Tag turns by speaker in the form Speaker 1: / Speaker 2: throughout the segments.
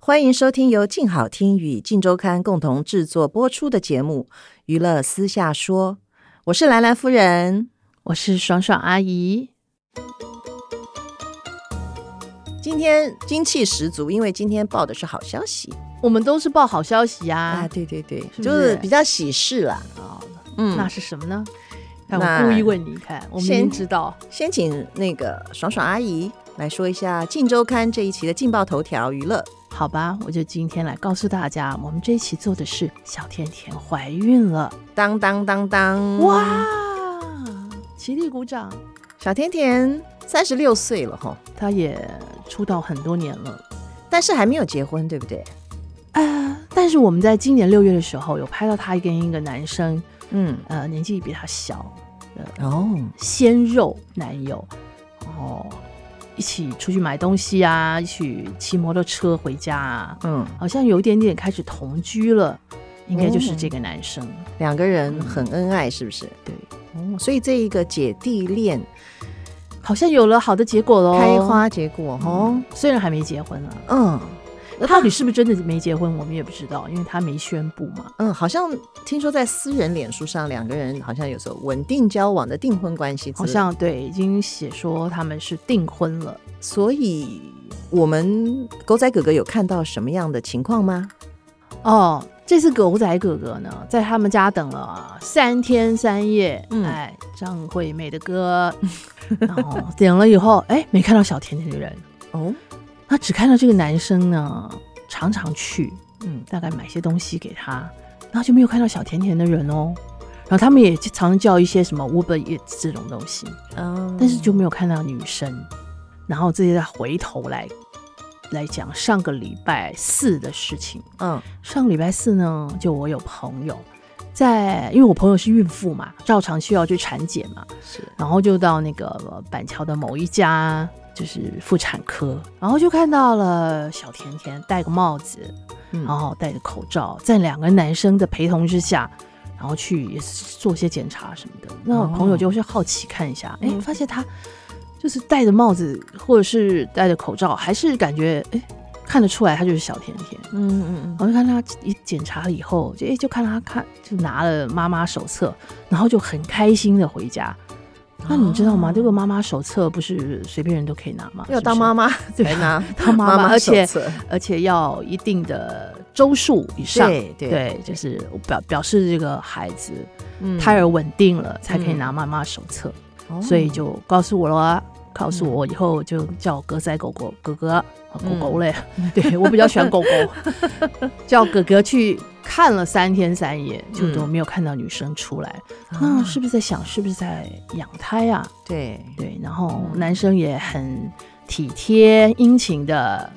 Speaker 1: 欢迎收听由静好听与静周刊共同制作播出的节目《娱乐私下说》，我是兰兰夫人。
Speaker 2: 我是爽爽阿姨，
Speaker 1: 今天精气十足，因为今天报的是好消息
Speaker 2: 我们都是报好消息
Speaker 1: 啊！
Speaker 2: 呀、
Speaker 1: 对对对，
Speaker 2: 是不是
Speaker 1: 就是比较喜事啦。
Speaker 2: 哦，
Speaker 1: 嗯，
Speaker 2: 那是什么呢？哎，
Speaker 1: 那
Speaker 2: 我故意问你看，我明明
Speaker 1: 先
Speaker 2: 知道。
Speaker 1: 先请那个爽爽阿姨来说一下《镜周刊》这一期的劲爆头条娱乐。
Speaker 2: 好吧，我就今天来告诉大家，我们这一期做的是小甜甜怀孕了，
Speaker 1: 当当当当！
Speaker 2: 哇！，起立鼓掌。
Speaker 1: 小甜甜三十六岁了哈，
Speaker 2: 她也出道很多年了，
Speaker 1: 但是还没有结婚，对不对？
Speaker 2: 呃，但是我们在今年六月的时候有拍到她跟一个男生，
Speaker 1: 嗯，
Speaker 2: 呃，年纪比她小，呃
Speaker 1: 哦，
Speaker 2: 鲜肉男友，哦，一起出去买东西啊，一起骑摩托车回家啊，
Speaker 1: 嗯，
Speaker 2: 好像有一点点开始同居了，应该就是这个男生。
Speaker 1: 两个人很恩爱，是不是？
Speaker 2: 对，
Speaker 1: 哦，所以这一个姐弟恋
Speaker 2: 好像有了好的结果喽，
Speaker 1: 开花结果
Speaker 2: 哦
Speaker 1: 哦，。
Speaker 2: 虽然还没结婚啊，
Speaker 1: 嗯
Speaker 2: 那到底是不是真的没结婚，我们也不知道，因为他没宣布嘛。
Speaker 1: 嗯，好像听说在私人脸书上，两个人好像有时候稳定交往的订婚关系之类的，
Speaker 2: 好像对，已经写说他们是订婚了。
Speaker 1: 所以我们狗仔哥哥有看到什么样的情况吗？
Speaker 2: 哦，这次狗仔哥哥呢，在他们家等了三天三夜，
Speaker 1: 嗯
Speaker 2: 哎，张惠妹的 歌，然后等了以后，哎，没看到小甜甜的人，
Speaker 1: 哦，
Speaker 2: 他只看到这个男生呢，常常去，
Speaker 1: 嗯，
Speaker 2: 大概买些东西给他，然后就没有看到小甜甜的人哦。然后他们也常常叫一些什么 Uber Eats 这种东西，
Speaker 1: 嗯
Speaker 2: 但是就没有看到女生。然后这些再回头来来讲上个礼拜四的事情。
Speaker 1: 嗯
Speaker 2: 上个礼拜四呢，就我有朋友在，因为我朋友是孕妇嘛，照常需要去产检嘛，
Speaker 1: 是
Speaker 2: 然后就到那个呃板桥的某一家就是妇产科，然后就看到了小甜甜戴个帽子，
Speaker 1: 嗯
Speaker 2: 然后戴着口罩，在两个男生的陪同之下。然后去也是做些检查什么的，那我朋友就是好奇看一下，哎、
Speaker 1: 嗯
Speaker 2: 发现他就是戴着帽子或者是戴着口罩，还是感觉哎看得出来他就是小甜甜。
Speaker 1: 嗯嗯嗯
Speaker 2: 我就看他一检查了以后，就哎、就看他看就拿了妈妈手册，然后就很开心的回家。那你知道吗？
Speaker 1: 哦
Speaker 2: 这个妈妈手册不是随便人都可以拿吗？
Speaker 1: 要当
Speaker 2: 是不是
Speaker 1: 妈妈
Speaker 2: 对
Speaker 1: 才拿
Speaker 2: 当妈妈
Speaker 1: 妈
Speaker 2: 而且
Speaker 1: 手册
Speaker 2: 而且要一定的周数以上。
Speaker 1: 对对
Speaker 2: 就是表表示这个孩子
Speaker 1: 嗯
Speaker 2: 胎儿稳定了，才可以拿妈妈手册。
Speaker 1: 哦
Speaker 2: 所以就告诉我了啊，告诉我以后就叫哥仔狗狗哥哥啊狗狗嘞，对我比较喜欢狗狗，叫哥哥去看了三天三夜，就都没有看到女生出来，
Speaker 1: 啊
Speaker 2: 那是不是在想是不是在养胎啊？
Speaker 1: 对
Speaker 2: 对，然后
Speaker 1: 嗯
Speaker 2: 男生也很体贴殷勤的，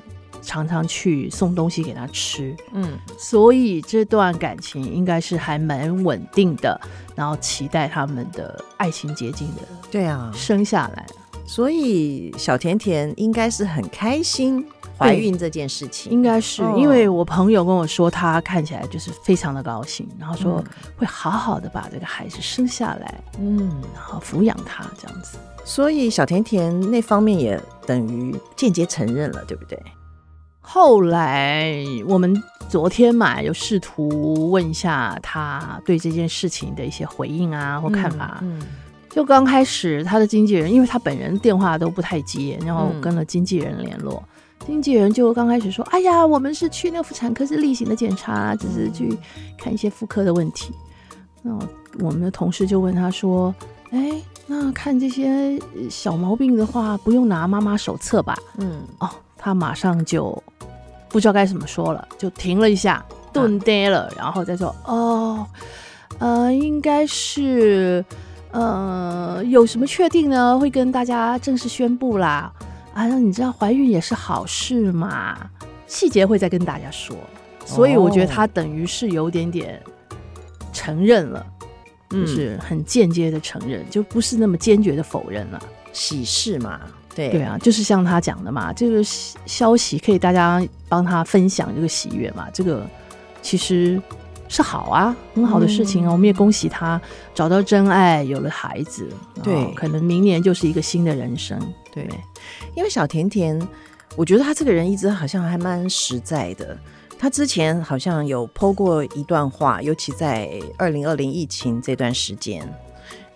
Speaker 2: 常常去送东西给她吃，
Speaker 1: 嗯
Speaker 2: 所以这段感情应该是还蛮稳定的，然后期待他们的爱情结晶的
Speaker 1: 对啊，
Speaker 2: 生下来。
Speaker 1: 所以小甜甜应该是很开心怀孕这件事情，
Speaker 2: 应该是
Speaker 1: 哦
Speaker 2: 因为我朋友跟我说，她看起来就是非常的高兴，然后说
Speaker 1: 嗯
Speaker 2: 会好好的把这个孩子生下来，
Speaker 1: 嗯，
Speaker 2: 然后抚养他这样子。
Speaker 1: 所以小甜甜那方面也等于间接承认了，对不对？
Speaker 2: 后来我们昨天嘛，有试图问一下他对这件事情的一些回应啊或看法。
Speaker 1: 嗯
Speaker 2: 就刚开始他的经纪人，因为他本人电话都不太接，然后
Speaker 1: 嗯
Speaker 2: 跟了经纪人联络。经纪人就刚开始说：“哎呀，我们是去那个妇产科是例行的检查，只是去看一些妇科的问题。”那我们的同事就问他说：“哎，那看这些呃小毛病的话，不用拿妈妈手册吧？”
Speaker 1: 嗯
Speaker 2: 哦，他马上就不知道该怎么说了，就停了一下，顿呆了，然后再说哦，呃，应该是呃有什么确定呢？会跟大家正式宣布啦。啊，那你知道怀孕也是好事嘛，细节会再跟大家说。所以我觉得他等于是有点点承认了，就
Speaker 1: 嗯，
Speaker 2: 是很间接的承认，就不是那么坚决的否认了。
Speaker 1: 喜事嘛，对
Speaker 2: 对啊，就是像他讲的嘛，这个消消息可以大家帮他分享这个喜悦嘛，这个其实是好啊，很好的事情啊。
Speaker 1: 嗯
Speaker 2: 我们也恭喜他找到真爱，有了孩子，
Speaker 1: 对
Speaker 2: 哦可能明年就是一个新的人生。
Speaker 1: 对，因为小甜甜，我觉得她这个人一直好像还蛮实在的。她之前好像有 PO 过一段话，尤其在二零二零疫情这段时间，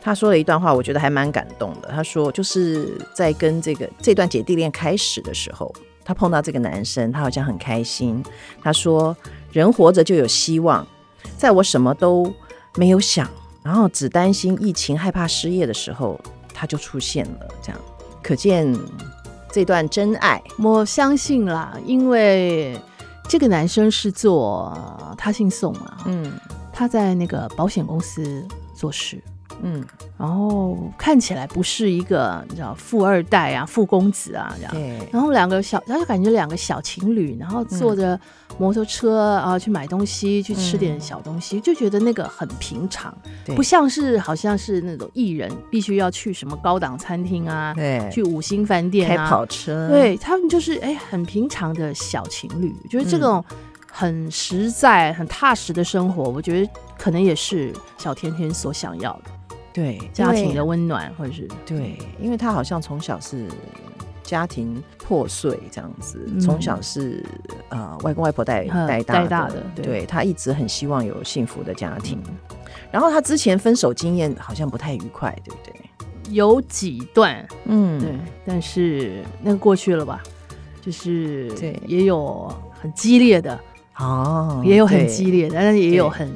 Speaker 1: 她说了一段话，我觉得还蛮感动的。她说，就是在跟这个这段姐弟恋开始的时候，她碰到这个男生，她好像很开心。她说，人活着就有希望，在我什么都没有想，然后只担心疫情、害怕失业的时候，她就出现了，这样。可见这段真爱，
Speaker 2: 我相信啦，因为这个男生是做呃他姓宋嘛，
Speaker 1: 嗯
Speaker 2: 他在那个保险公司做事，
Speaker 1: 嗯，
Speaker 2: 然后看起来不是一个你知道富二代啊、富公子啊这样。
Speaker 1: 对，
Speaker 2: 然后两个小，他就感觉两个小情侣，然后坐着摩托车啊、去买东西，去吃点小东西，就觉得那个很平常，
Speaker 1: 对
Speaker 2: 不像是好像是那种艺人必须要去什么高档餐厅啊，
Speaker 1: 对，
Speaker 2: 去五星饭店
Speaker 1: 开
Speaker 2: 啊，
Speaker 1: 跑车，，
Speaker 2: 对他们就是哎很平常的小情侣，我觉得这种很实在、很踏实的生活，我觉得可能也是小甜甜所想要的，
Speaker 1: 对，
Speaker 2: 家庭
Speaker 1: 因
Speaker 2: 的
Speaker 1: 为，
Speaker 2: 温暖或者是
Speaker 1: 对，因为他好像从小是家庭破碎这样子，
Speaker 2: 嗯
Speaker 1: 从小是呃外公外婆带
Speaker 2: 嗯
Speaker 1: 带大
Speaker 2: 带大的对嗯
Speaker 1: 对他一直很希望有幸福的家庭。然后他之前分手经验好像不太愉快，对不对？
Speaker 2: 有几段
Speaker 1: 嗯
Speaker 2: 对，但是那个过去了吧，就是
Speaker 1: 对
Speaker 2: 也有很激烈的，
Speaker 1: 哦，
Speaker 2: 也有很
Speaker 1: 对
Speaker 2: 激，烈的，但是也有
Speaker 1: 对
Speaker 2: 很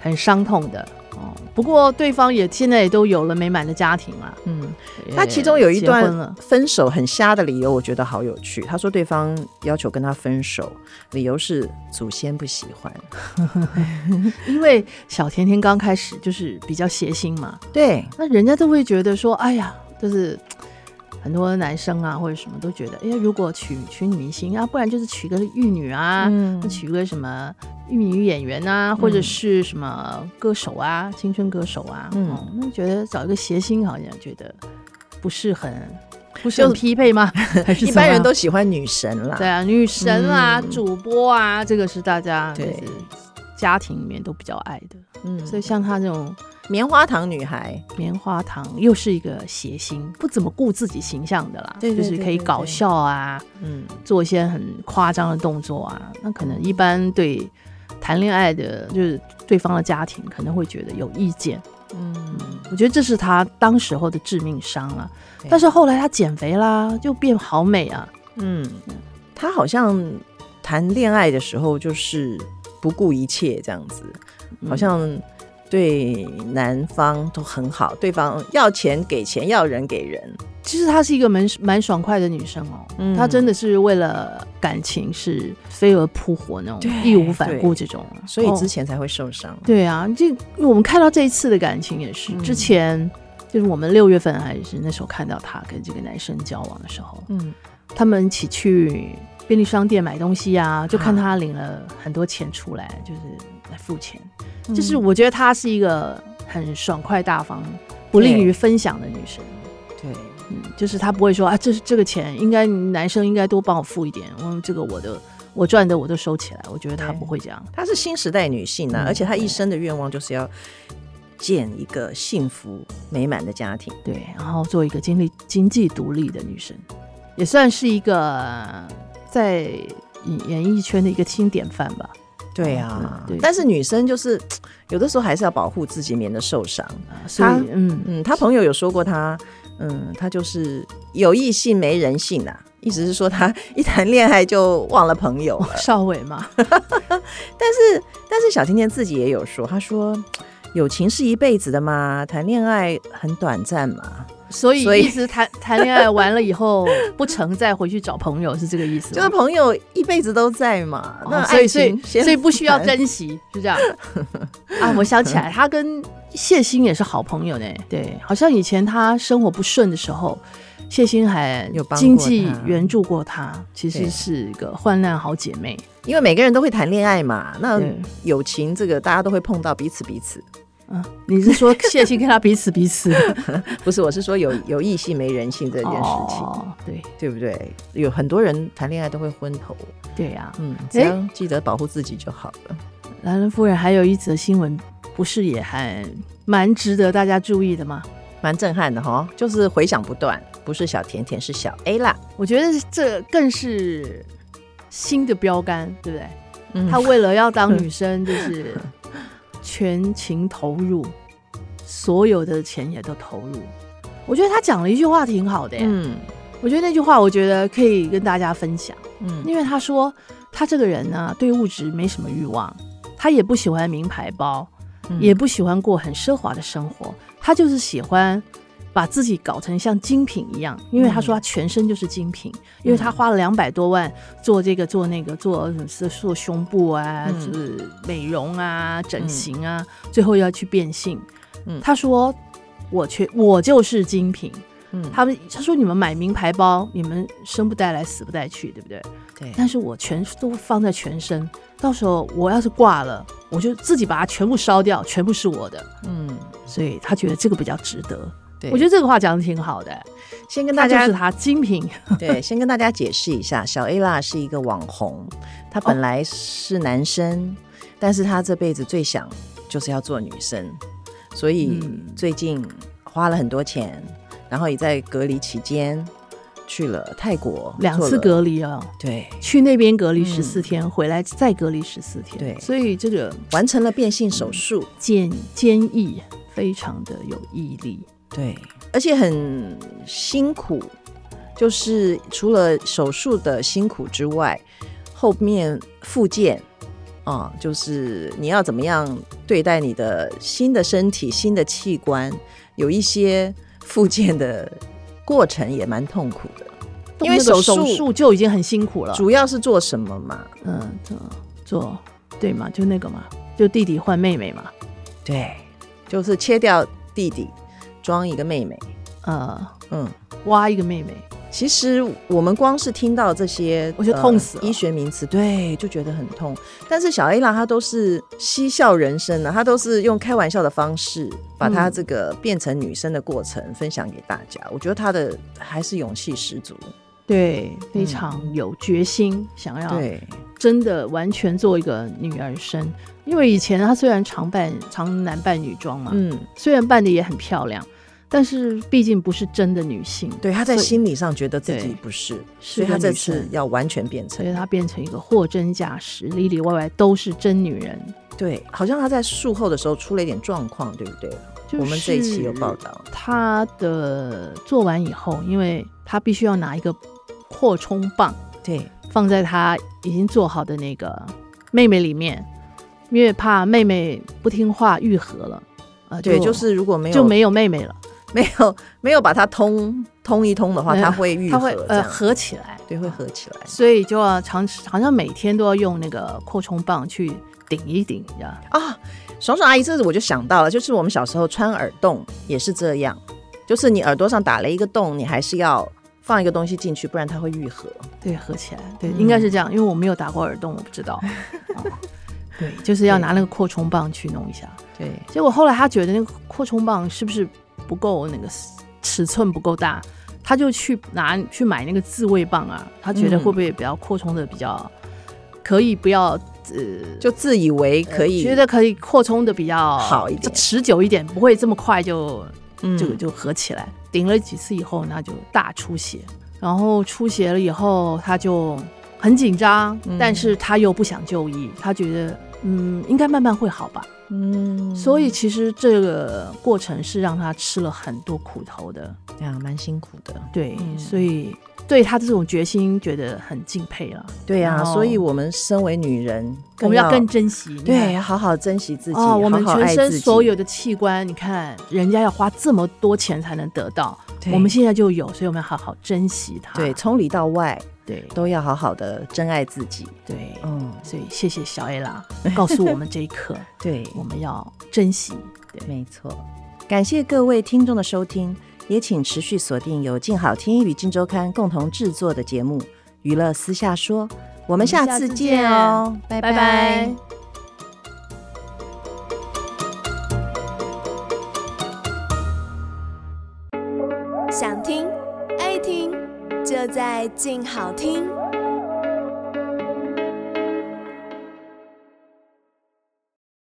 Speaker 2: 很伤痛的。哦，不过对方也现在也都有了美满的家庭啦。
Speaker 1: 嗯，
Speaker 2: 也
Speaker 1: 他其中有一
Speaker 2: 结婚
Speaker 1: 段
Speaker 2: 了，
Speaker 1: 分手很瞎的理由，我觉得好有趣。他说对方要求跟他分手，理由是祖先不喜欢。
Speaker 2: 因为小甜甜刚开始就是比较邪心嘛，
Speaker 1: 对，
Speaker 2: 那人家都会觉得说，哎呀，就是。很多男生啊，或者什么都觉得，哎呀，如果娶娶女明星啊，不然就是娶个玉女啊，
Speaker 1: 嗯
Speaker 2: 那娶个什么玉女演员啊，或者是什么歌手啊，青春歌手啊，
Speaker 1: 嗯
Speaker 2: 嗯，那觉得找一个谐星好像觉得不是很不是
Speaker 1: 就
Speaker 2: 很匹配 吗？还是怎
Speaker 1: 一
Speaker 2: 么
Speaker 1: 般
Speaker 2: 样
Speaker 1: 人都喜欢女神啦。
Speaker 2: 对啊，女神啊，
Speaker 1: 嗯
Speaker 2: 主播啊，这个是大家就
Speaker 1: 对
Speaker 2: 是家庭里面都比较爱的，
Speaker 1: 嗯，
Speaker 2: 所以像她这种
Speaker 1: 棉花糖女孩，
Speaker 2: 棉花糖又是一个谐星，不怎么顾自己形象的啦，
Speaker 1: 对
Speaker 2: 就
Speaker 1: 对
Speaker 2: 是可以
Speaker 1: 对对
Speaker 2: 搞
Speaker 1: 对
Speaker 2: 笑啊，
Speaker 1: 嗯，
Speaker 2: 做一些很夸张的动作啊，那可能一般对谈恋爱的，就是对方的家庭可能会觉得有意见。
Speaker 1: 嗯，
Speaker 2: 我觉得这是他当时候的致命伤啊。
Speaker 1: 对
Speaker 2: 但是后来他减肥啦，就变好美啊。
Speaker 1: 嗯，他好像谈恋爱的时候就是不顾一切这样子，
Speaker 2: 嗯
Speaker 1: 好像对男方都很好，对方要钱给钱，要人给人。
Speaker 2: 其实她是一个蛮蛮爽快的女生哦，
Speaker 1: 嗯
Speaker 2: 她真的是为了感情是飞蛾扑火那种
Speaker 1: 对，
Speaker 2: 义无反顾这种啊。
Speaker 1: 所以
Speaker 2: 哦
Speaker 1: 之前才会受伤，
Speaker 2: 对啊，这我们看到这一次的感情也是，
Speaker 1: 嗯
Speaker 2: 之前就是我们六月份还是那时候看到她跟这个男生交往的时候，
Speaker 1: 嗯，
Speaker 2: 他们一起去便利商店买东西啊，就看
Speaker 1: 啊
Speaker 2: 他领了很多钱出来，就是来付钱。就是我觉得她是一个很爽快大方、不吝于分享的女生。
Speaker 1: 对，
Speaker 2: 嗯，就是她不会说啊，这是这个钱应该男生应该多帮我付一点，嗯，这个我的我赚的我都收起来。我觉得她
Speaker 1: 对
Speaker 2: 不会这样。
Speaker 1: 她是新时代女性呐、
Speaker 2: 嗯
Speaker 1: 而且她一生的愿望就是要建一个幸福美满的家庭。
Speaker 2: 对，然后做一个经历经济独立的女生，也算是一个在演演艺圈的一个新典范吧。
Speaker 1: 对啊，
Speaker 2: 对对
Speaker 1: 但是女生就是嘖有的时候还是要保护自己，免得受伤。
Speaker 2: 啊所以
Speaker 1: 她
Speaker 2: 嗯，
Speaker 1: 嗯，她朋友有说过她，嗯，她就是有异性没人性呐、意思是说她一谈恋爱就忘了朋 友了。
Speaker 2: 少伟嘛，
Speaker 1: 但是，但是小甜甜自己也有说，她说嘖友情是一辈子的嘛，谈恋爱很短暂嘛。
Speaker 2: 所以
Speaker 1: 所以
Speaker 2: 一直谈 谈恋爱完了以 后不成，再回去找朋友是这个意思吗？
Speaker 1: 就是朋友一辈子都在嘛，
Speaker 2: 啊哦
Speaker 1: 那
Speaker 2: 所
Speaker 1: 爱
Speaker 2: 以所以
Speaker 1: 情先
Speaker 2: 所以不需要
Speaker 1: 谈
Speaker 2: 珍惜，是 这样啊？我想起来，他跟谢欣也是好朋友呢。对，好像以前他生活不顺的时候，谢欣还
Speaker 1: 有帮过
Speaker 2: 经济
Speaker 1: 他
Speaker 2: 援助过他，其实
Speaker 1: 对
Speaker 2: 是一个患难好姐妹。
Speaker 1: 因为每个人都会谈恋爱嘛，那
Speaker 2: 对
Speaker 1: 友情这个大家都会碰到彼此彼此，
Speaker 2: 嗯，你是说谢欣跟他彼此彼 此
Speaker 1: 不是，我是说有有异性没人性这
Speaker 2: 这
Speaker 1: 件事情，
Speaker 2: 哦、对
Speaker 1: 对不对？有很多人谈恋爱都会昏头，
Speaker 2: 对呀、
Speaker 1: 嗯，只要记得保护自己就好了。
Speaker 2: 兰兰夫人还有一则新闻，不是也还蛮值得大家注意的吗？
Speaker 1: 蛮震撼的哈，就是回想不断，不是小甜甜是小 A 啦，
Speaker 2: 我觉得这更是新的标杆，对不对？
Speaker 1: 嗯
Speaker 2: 她为了要当女生， 就是全情投入，所有的钱也都投入。我觉得她讲了一句话挺好的耶，
Speaker 1: 嗯
Speaker 2: 我觉得那句话我觉得可以跟大家分享，
Speaker 1: 嗯
Speaker 2: 因为她说她这个人呢、对物质没什么欲望，她也不喜欢名牌包，
Speaker 1: 嗯
Speaker 2: 也不喜欢过很奢华的生活，她就是喜欢把自己搞成像精品一样，因为
Speaker 1: 嗯
Speaker 2: 她说她全身就是精品，因为她花了两百多万做这个做那个做呃做胸部啊，
Speaker 1: 嗯
Speaker 2: 就是美容啊、整形啊，最后要去变性
Speaker 1: 嗯。
Speaker 2: 她说我却我就是精品。
Speaker 1: 嗯，
Speaker 2: 他们她说你们买名牌包，你们生不带来死不带去，对不对？
Speaker 1: 对，
Speaker 2: 但是我全都放在全身，到时候我要是挂了，我就自己把它全部烧掉，全部是我的。
Speaker 1: 嗯，
Speaker 2: 所以他觉得这个比较值得。
Speaker 1: 对，
Speaker 2: 我觉得这个话讲的挺好的，
Speaker 1: 先跟大
Speaker 2: 那就
Speaker 1: 家
Speaker 2: 是他精品。
Speaker 1: 对，先跟大家解释一下，小 A 啦是一个网红，她
Speaker 2: 哦
Speaker 1: 本来是男生，但是她这辈子最想就是要做女生，所以
Speaker 2: 嗯
Speaker 1: 最近花了很多钱，然后也在隔离期间去了泰国
Speaker 2: 两
Speaker 1: 做
Speaker 2: 次
Speaker 1: 了
Speaker 2: 隔离啊，
Speaker 1: 对，
Speaker 2: 去那边隔离
Speaker 1: 嗯
Speaker 2: 十四天，回来再隔离十四天。
Speaker 1: 对
Speaker 2: 所以这个
Speaker 1: 完成了变性手术，
Speaker 2: 建坚毅非常的有毅力。
Speaker 1: 对，而且很辛苦，就是除了手术的辛苦之外，后面复健啊、就是你要怎么样对待你的新的身体、新的器官，有一些复健的过程也蛮痛苦的。因为
Speaker 2: 动那个
Speaker 1: 手术啊
Speaker 2: 手术就已经很辛苦了，
Speaker 1: 主要是做什么嘛？
Speaker 2: 嗯，做做对嘛，就那个嘛，就弟弟换妹妹嘛，
Speaker 1: 对，就是切掉弟弟，装一个妹妹。
Speaker 2: 呃，
Speaker 1: 嗯，
Speaker 2: 挖一个妹妹，
Speaker 1: 其实我们光是听到这些，
Speaker 2: 我就痛死了
Speaker 1: 医学名词，对，就觉得很痛。但是小 A 啦，她都是嬉笑人生呢、啊，她都是用开玩笑的方式，把她这个变成女生的过程分享给大家。我觉得她的还是勇气十足，
Speaker 2: 对，非常有决心，想要
Speaker 1: 嗯对，
Speaker 2: 真的完全做一个女儿身。因为以前她虽然常扮常男扮女装嘛，
Speaker 1: 嗯，
Speaker 2: 虽然扮的也很漂亮，但是毕竟不是真的女性，
Speaker 1: 对，她在
Speaker 2: 所以
Speaker 1: 心理上觉得自己
Speaker 2: 对
Speaker 1: 不是，
Speaker 2: 是
Speaker 1: 所以她
Speaker 2: 个
Speaker 1: 这
Speaker 2: 女
Speaker 1: 次
Speaker 2: 生
Speaker 1: 要完全变
Speaker 2: 所
Speaker 1: 成，
Speaker 2: 以她变成一个货真价实，里里外外都是真女人。
Speaker 1: 对，好像她在术后的时候出了一点状况，对不对？
Speaker 2: 就是、
Speaker 1: 我们这一期有报道，
Speaker 2: 她的做完以后，因为她必须要拿一个扩充棒，
Speaker 1: 对，
Speaker 2: 放在她已经做好的那个妹妹里面，因为怕妹妹不听话愈合了，呃，
Speaker 1: 对，就是如果没有
Speaker 2: 就没有妹妹了，
Speaker 1: 没有没有把它通通一通的话，
Speaker 2: 没有
Speaker 1: 它会愈合，
Speaker 2: 她会
Speaker 1: 这
Speaker 2: 呃
Speaker 1: 样
Speaker 2: 合起来，
Speaker 1: 对，会合起来。
Speaker 2: 所以就要常好像每天都要用那个扩充棒去顶一顶，你知道
Speaker 1: 啊，爽爽阿姨，这我就想到了，就是我们小时候穿耳洞也是这样，就是你耳朵上打了一个洞，你还是要放一个东西进去，不然它会愈合。
Speaker 2: 对，合起来，对，
Speaker 1: 嗯
Speaker 2: 应该是这样，因为我没有打过耳洞，我不知道。啊对，就是要
Speaker 1: 对
Speaker 2: 拿那个扩充棒去弄一下。
Speaker 1: 对，
Speaker 2: 结果后来他觉得那个扩充棒是不是不够那个尺寸不够大，他就去拿去买那个自慰棒啊，他觉得
Speaker 1: 嗯
Speaker 2: 会不会比较扩充的比较可以不要呃，
Speaker 1: 就自以为可以，
Speaker 2: 觉得可以扩充的比较
Speaker 1: 嗯好一点
Speaker 2: 持久一点，不会这么快就
Speaker 1: 嗯
Speaker 2: 就就合起来。顶了几次以后，那就大出血，然后出血了以后，他就很紧张，
Speaker 1: 嗯
Speaker 2: 但是他又不想就医，他觉得嗯，应该慢慢会好吧。
Speaker 1: 嗯，
Speaker 2: 所以其实这个过程是让他吃了很多苦头的，
Speaker 1: 这样蛮辛苦的。
Speaker 2: 对，
Speaker 1: 嗯
Speaker 2: 所以对他这种决心觉得很敬佩了。
Speaker 1: 对呀、
Speaker 2: 然后
Speaker 1: 所以我们身为女人，
Speaker 2: 我们要更珍惜，你看
Speaker 1: 对，要好好珍惜自己，
Speaker 2: 哦，我们
Speaker 1: 好好
Speaker 2: 全
Speaker 1: 爱
Speaker 2: 身
Speaker 1: 自己
Speaker 2: 所有的器官，你看人家要花这么多钱才能得到，
Speaker 1: 对
Speaker 2: 我们现在就有，所以我们要好好珍惜它。
Speaker 1: 对从里到外
Speaker 2: 对
Speaker 1: 都要好好的珍爱自己。
Speaker 2: 对，
Speaker 1: 嗯，
Speaker 2: 所以谢谢小 A 啦，告诉我们这一刻，
Speaker 1: 对，
Speaker 2: 我们要珍惜。对，
Speaker 1: 没错，感谢各位听众的收听，也请持续锁定由静好听与静周刊共同制作的节目《娱乐私下说》，我们下次见哦，
Speaker 2: 拜拜
Speaker 3: 想听爱听，就在静好听。